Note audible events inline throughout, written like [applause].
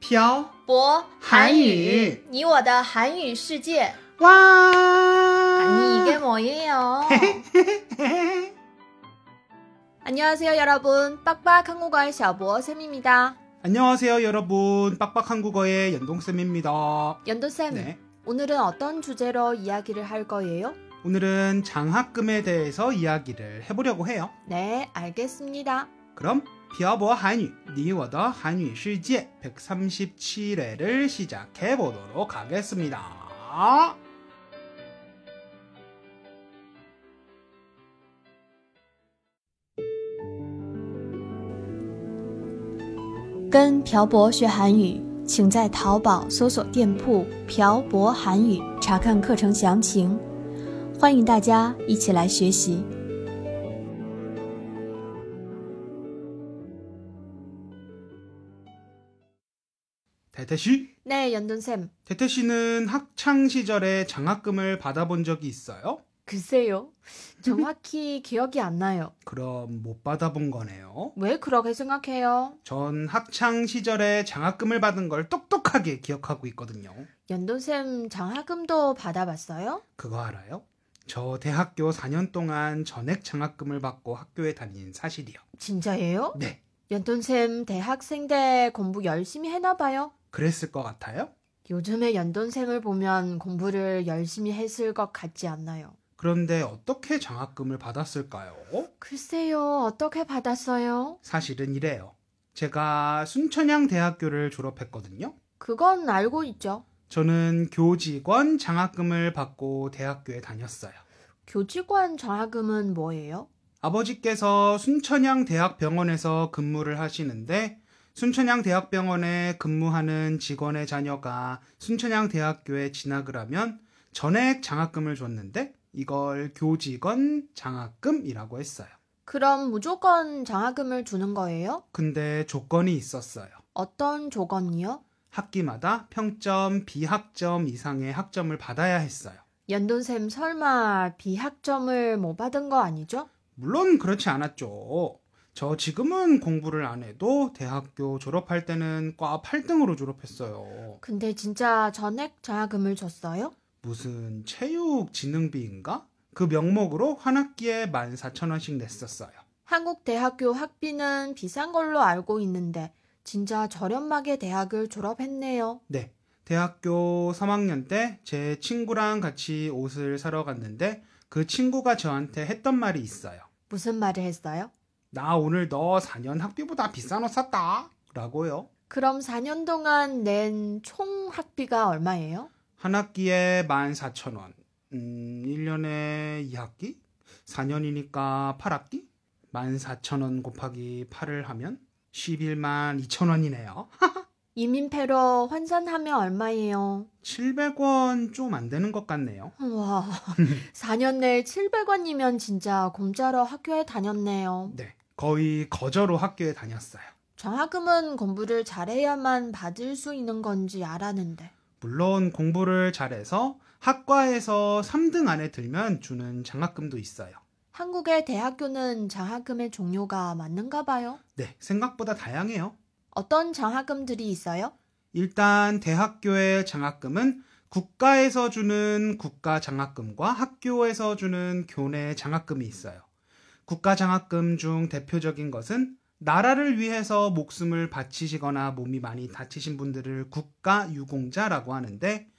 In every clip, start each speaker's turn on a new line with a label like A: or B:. A: 漂
B: 博
A: 韩语，
B: 你我的韩语世界。 아니
A: 와. [laughs]
B: 이게 뭐예요? 안녕하세요 여러분. 빡빡 한국어의 샤보 쌤입니다.
A: 안녕하세요 여러분 빡빡 한국어의 연동쌤입니다.
B: 연도 쌤,
A: 네.
B: 오늘은 어떤 주제로 이야기를 할 거예요?
A: 오늘은 장학금에 대해서 이야기를 해보려고 해요.
B: 네, 알겠습니다.
A: 그럼 비어보 한유 니워더 한유 실제 137회를 시작해 보도록 하겠습니다.
B: 跟朴博学韩语，请在淘宝搜索店铺“朴博韩语”查看课程详情。欢迎大家一起来学习。
A: 대태 씨,
B: 네, 연돈 쌤.
A: 대태 씨는 학창 시절에 장학금을 받아본 적이 있어요?
B: 글쎄요, 정확히 [laughs] 기억이 안 나요.
A: 그럼 못 받아본 거네요.
B: 왜 그렇게 생각해요?
A: 전 학창 시절에 장학금을 받은 걸 똑똑하게 기억하고 있거든요.
B: 연돈 쌤 장학금도 받아봤어요?
A: 그거 알아요? 저 대학교 4년 동안 전액 장학금을 받고 학교에 다닌 사실이요.
B: 진짜예요?
A: 네,
B: 연돈 쌤 대학생 때 공부 열심히 해나 봐요.
A: 그랬을 것 같아요.
B: 요즘에 연돈 쌤을 보면 공부를 열심히 했을 것 같지 않나요?
A: 그런데 어떻게 장학금을 받았을까요?
B: 글쎄요, 어떻게 받았어요?
A: 사실은 이래요. 제가 순천향 대학교를 졸업했거든요.
B: 그건 알고 있죠.
A: 저는 교직원 장학금을 받고 대학교에 다녔어요.
B: 교직원 장학금은 뭐예요?
A: 아버지께서 순천향 대학병원에서 근무를 하시는데 순천향 대학병원에 근무하는 직원의 자녀가 순천향 대학교에 진학을 하면 전액 장학금을 줬는데 이걸 교직원 장학금이라고 했어요.
B: 그럼 무조건 장학금을 주는 거예요?
A: 근데 조건이 있었어요.
B: 어떤 조건이요?
A: 학기마다 평점 비학점 이상의 학점을 받아야 했어요.
B: 연돈쌤 설마 비학점을 못 받은 거 아니죠?
A: 물론 그렇지 않았죠. 저 지금은 공부를 안 해도 대학교 졸업할 때는 과 8등으로 졸업했어요.
B: 근데 진짜 전액 장학금을 줬어요?
A: 무슨 체육진흥비인가? 그 명목으로 한 학기에 14,000원씩 냈었어요.
B: 한국 대학교 학비는 비싼 걸로 알고 있는데 진짜 저렴하게 대학을 졸업했네요.
A: 네. 대학교 3학년 때 제 친구랑 같이 옷을 사러 갔는데 그 친구가 저한테 했던 말이 있어요.
B: 무슨 말을 했어요?
A: 나 오늘 너 4년 학비보다 비싼 옷 샀다. 라고요.
B: 그럼 4년 동안 낸 총 학비가 얼마예요?
A: 한 학기에 14,000원. 음, 1년에 2학기? 4년이니까 8학기? 14,000원 곱하기 8을 하면 11만 2천원이네요.
B: 이민패로 환산하면 얼마예요?
A: 700원 좀 안 되는 것 같네요.
B: 와, 4년 내에 700원이면 진짜 공짜로 학교에 다녔네요.
A: 네. 거의 거저로 학교에 다녔어요.
B: 장학금은 공부를 잘해야만 받을 수 있는 건지 알았는데.
A: 물론 공부를 잘해서 학과에서 3등 안에 들면 주는 장학금도 있어요.
B: 한국의 대학교는 장학금의 종류가 맞는가 봐요.
A: 네. 생각보다 다양해요.
B: 어떤 장학금들이 있어요?
A: 일단 대학교의 장학금은 국가에서 주는 국가 장학금과 학교에서 주는 교내 장학금이 있어요. 국가 장학금 중 대표적인 것은 나라를 위해서 목숨을 바치시거나 몸이 많이 다치신 분들을 국가 유공자라고 하는데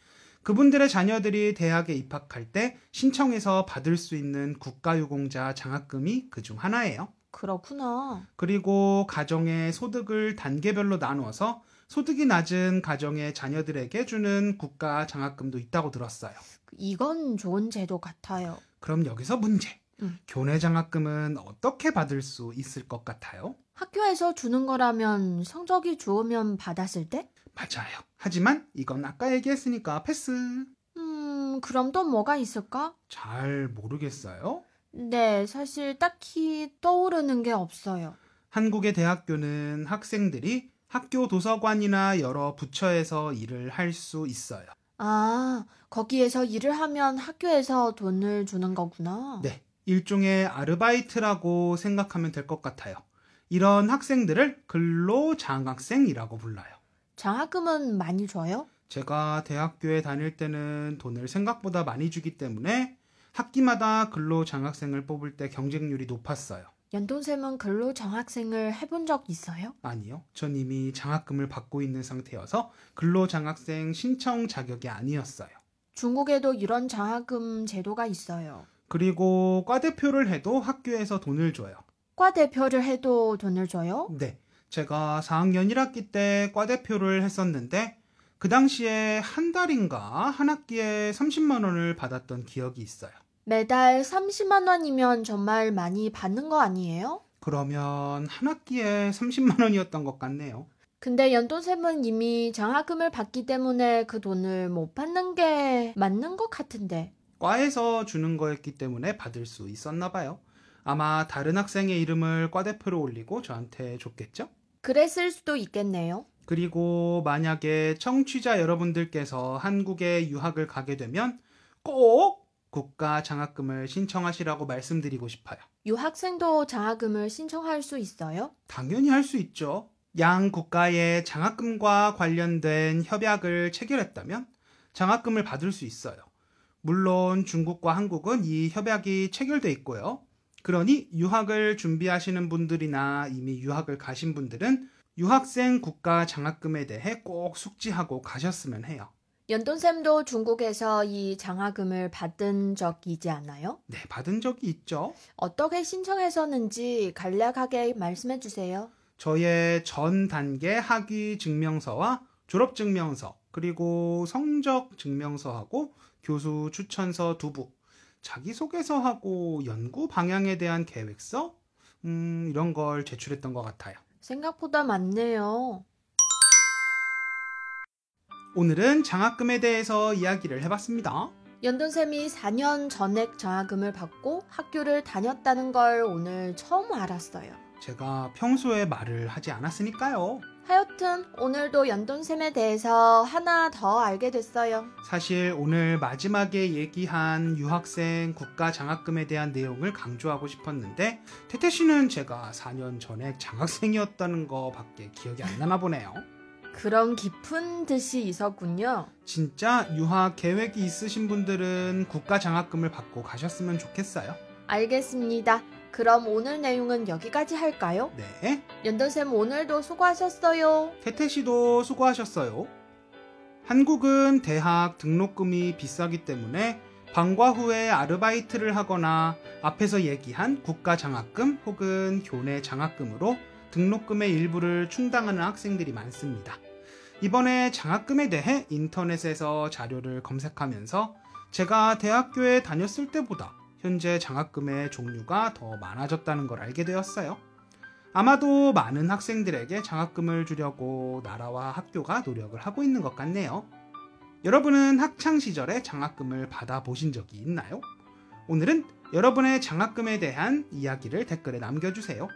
A: 그분들의 자녀들이 대학에 입학할 때 신청해서 받을 수 있는 국가 유공자 장학금이 그 중 하나예요.
B: 그렇구나.
A: 그리고 가정의 소득을 단계별로 나누어서 소득이 낮은 가정의 자녀들에게 주는 국가 장학금도 있다고 들었어요.
B: 이건 좋은 제도 같아요.
A: 그럼 여기서 문제.
B: 음.
A: 교내 장학금은 어떻게 받을 수 있을 것 같아요?
B: 학교에서 주는 거라면 성적이 좋으면 받았을 때?
A: 맞아요. 하지만 이건 아까 얘기했으니까 패스.
B: 음, 그럼 또 뭐가 있을까?
A: 잘 모르겠어요.
B: 네, 사실 딱히 떠오르는 게 없어요.
A: 한국의 대학교는 학생들이 학교 도서관이나 여러 부처에서 일을 할 수 있어요.
B: 아, 거기에서 일을 하면 학교에서 돈을 주는 거구나.
A: 네, 일종의 아르바이트라고 생각하면 될 것 같아요. 이런 학생들을 근로장학생이라고 불러요.
B: 장학금은 많이 줘요?
A: 제가 대학교에 다닐 때는 돈을 생각보다 많이 주기 때문에 학기마다 근로 장학생을 뽑을 때 경쟁률이 높았어요.
B: 연돈쌤은 근로 장학생을 해본 적 있어요?
A: 아니요. 전 이미 장학금을 받고 있는 상태여서 근로 장학생 신청 자격이 아니었어요.
B: 중국에도 이런 장학금 제도가 있어요.
A: 그리고 과대표를 해도 학교에서 돈을 줘요.
B: 과 대표를 해도 돈을 줘요?
A: 네. 제가 4학년 1학기 때 과대표를 했었는데 그 당시에 한 달인가 한 학기에 30만 원을 받았던 기억이 있어요.
B: 매달 30만 원이면 정말 많이 받는 거 아니에요?
A: 그러면 한 학기에 30만 원이었던 것 같네요.
B: 근데 연돈쌤은 이미 장학금을 받기 때문에 그 돈을 못 받는 게 맞는 것 같은데.
A: 과에서 주는 거였기 때문에 받을 수 있었나 봐요. 아마 다른 학생의 이름을 과대표로 올리고 저한테 줬겠죠?
B: 그랬을 수도 있겠네요.
A: 그리고 만약에 청취자 여러분들께서 한국에 유학을 가게 되면 꼭 국가 장학금을 신청하시라고 말씀드리고 싶어요.
B: 유학생도 장학금을 신청할 수 있어요?
A: 당연히 할 수 있죠. 양 국가의 장학금과 관련된 협약을 체결했다면 장학금을 받을 수 있어요. 물론 중국과 한국은 이 협약이 체결돼 있고요. 그러니 유학을 준비하시는 분들이나 이미 유학을 가신 분들은 유학생 국가 장학금에 대해 꼭 숙지하고 가셨으면 해요.
B: 연돈쌤도 중국에서 이 장학금을 받은 적이지 않아요?
A: 네, 받은 적이 있죠.
B: 어떻게 신청했었는지 간략하게 말씀해 주세요.
A: 저의 전 단계 학위 증명서와 졸업 증명서, 그리고 성적 증명서하고 교수 추천서 두 부, 자기소개서하고 연구 방향에 대한 계획서, 음, 이런 걸 제출했던 것 같아요.
B: 생각보다 많네요.
A: 오늘은 장학금에 대해서 이야기를 해봤습니다.
B: 연돈쌤이 4년 전액 장학금을 받고 학교를 다녔다는 걸 오늘 처음 알았어요.
A: 제가 평소에 말을 하지 않았으니까요.
B: 하여튼 오늘도 연돈쌤에 대해서 하나 더 알게 됐어요.
A: 사실 오늘 마지막에 얘기한 유학생 국가 장학금에 대한 내용을 강조하고 싶었는데 태태 씨는 제가 4년 전에 장학생이었다는 거밖에 기억이 안 나나 보네요.
B: 그런 깊은 뜻이 있었군요.
A: 진짜 유학 계획이 있으신 분들은 국가 장학금을 받고 가셨으면 좋겠어요.
B: 알겠습니다. 그럼 오늘 내용은 여기까지 할까요?
A: 네.
B: 연돈쌤 오늘도 수고하셨어요.
A: 태태 씨도 수고하셨어요. 한국은 대학 등록금이 비싸기 때문에 방과 후에 아르바이트를 하거나 앞에서 얘기한 국가 장학금 혹은 교내 장학금으로 등록금의 일부를 충당하는 학생들이 많습니다. 이번에 장학금에 대해 인터넷에서 자료를 검색하면서 제가 대학교에 다녔을 때보다 현재 장학금의 종류가 더 많아졌다는 걸 알게 되었어요. 아마도 많은 학생들에게 장학금을 주려고 나라와 학교가 노력을 하고 있는 것 같네요. 여러분은 학창 시절에 장학금을 받아보신 적이 있나요? 오늘은 여러분의 장학금에 대한 이야기를 댓글에 남겨주세요.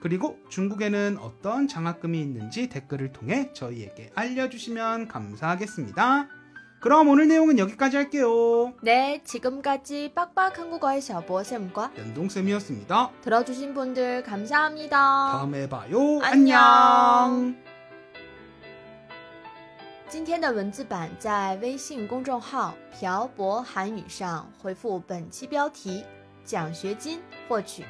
A: 그리고 중국에는 어떤 장학금이 있는지 댓글을 통해 저희에게 알려주시면 감사하겠습니다. 그럼 오늘 내용은 여기까지 할게요.
B: 네, 지금까지 빡빡 한국어의 셔보쌤과
A: 연동쌤이었습니다.
B: 들어주신 분들 감사합니다.
A: 다음에 봐요.
B: 안녕.
A: 안녕.
B: 今天的文字版在微信公众号“漂泊韩语”上回复本期标题“奖学金”获取。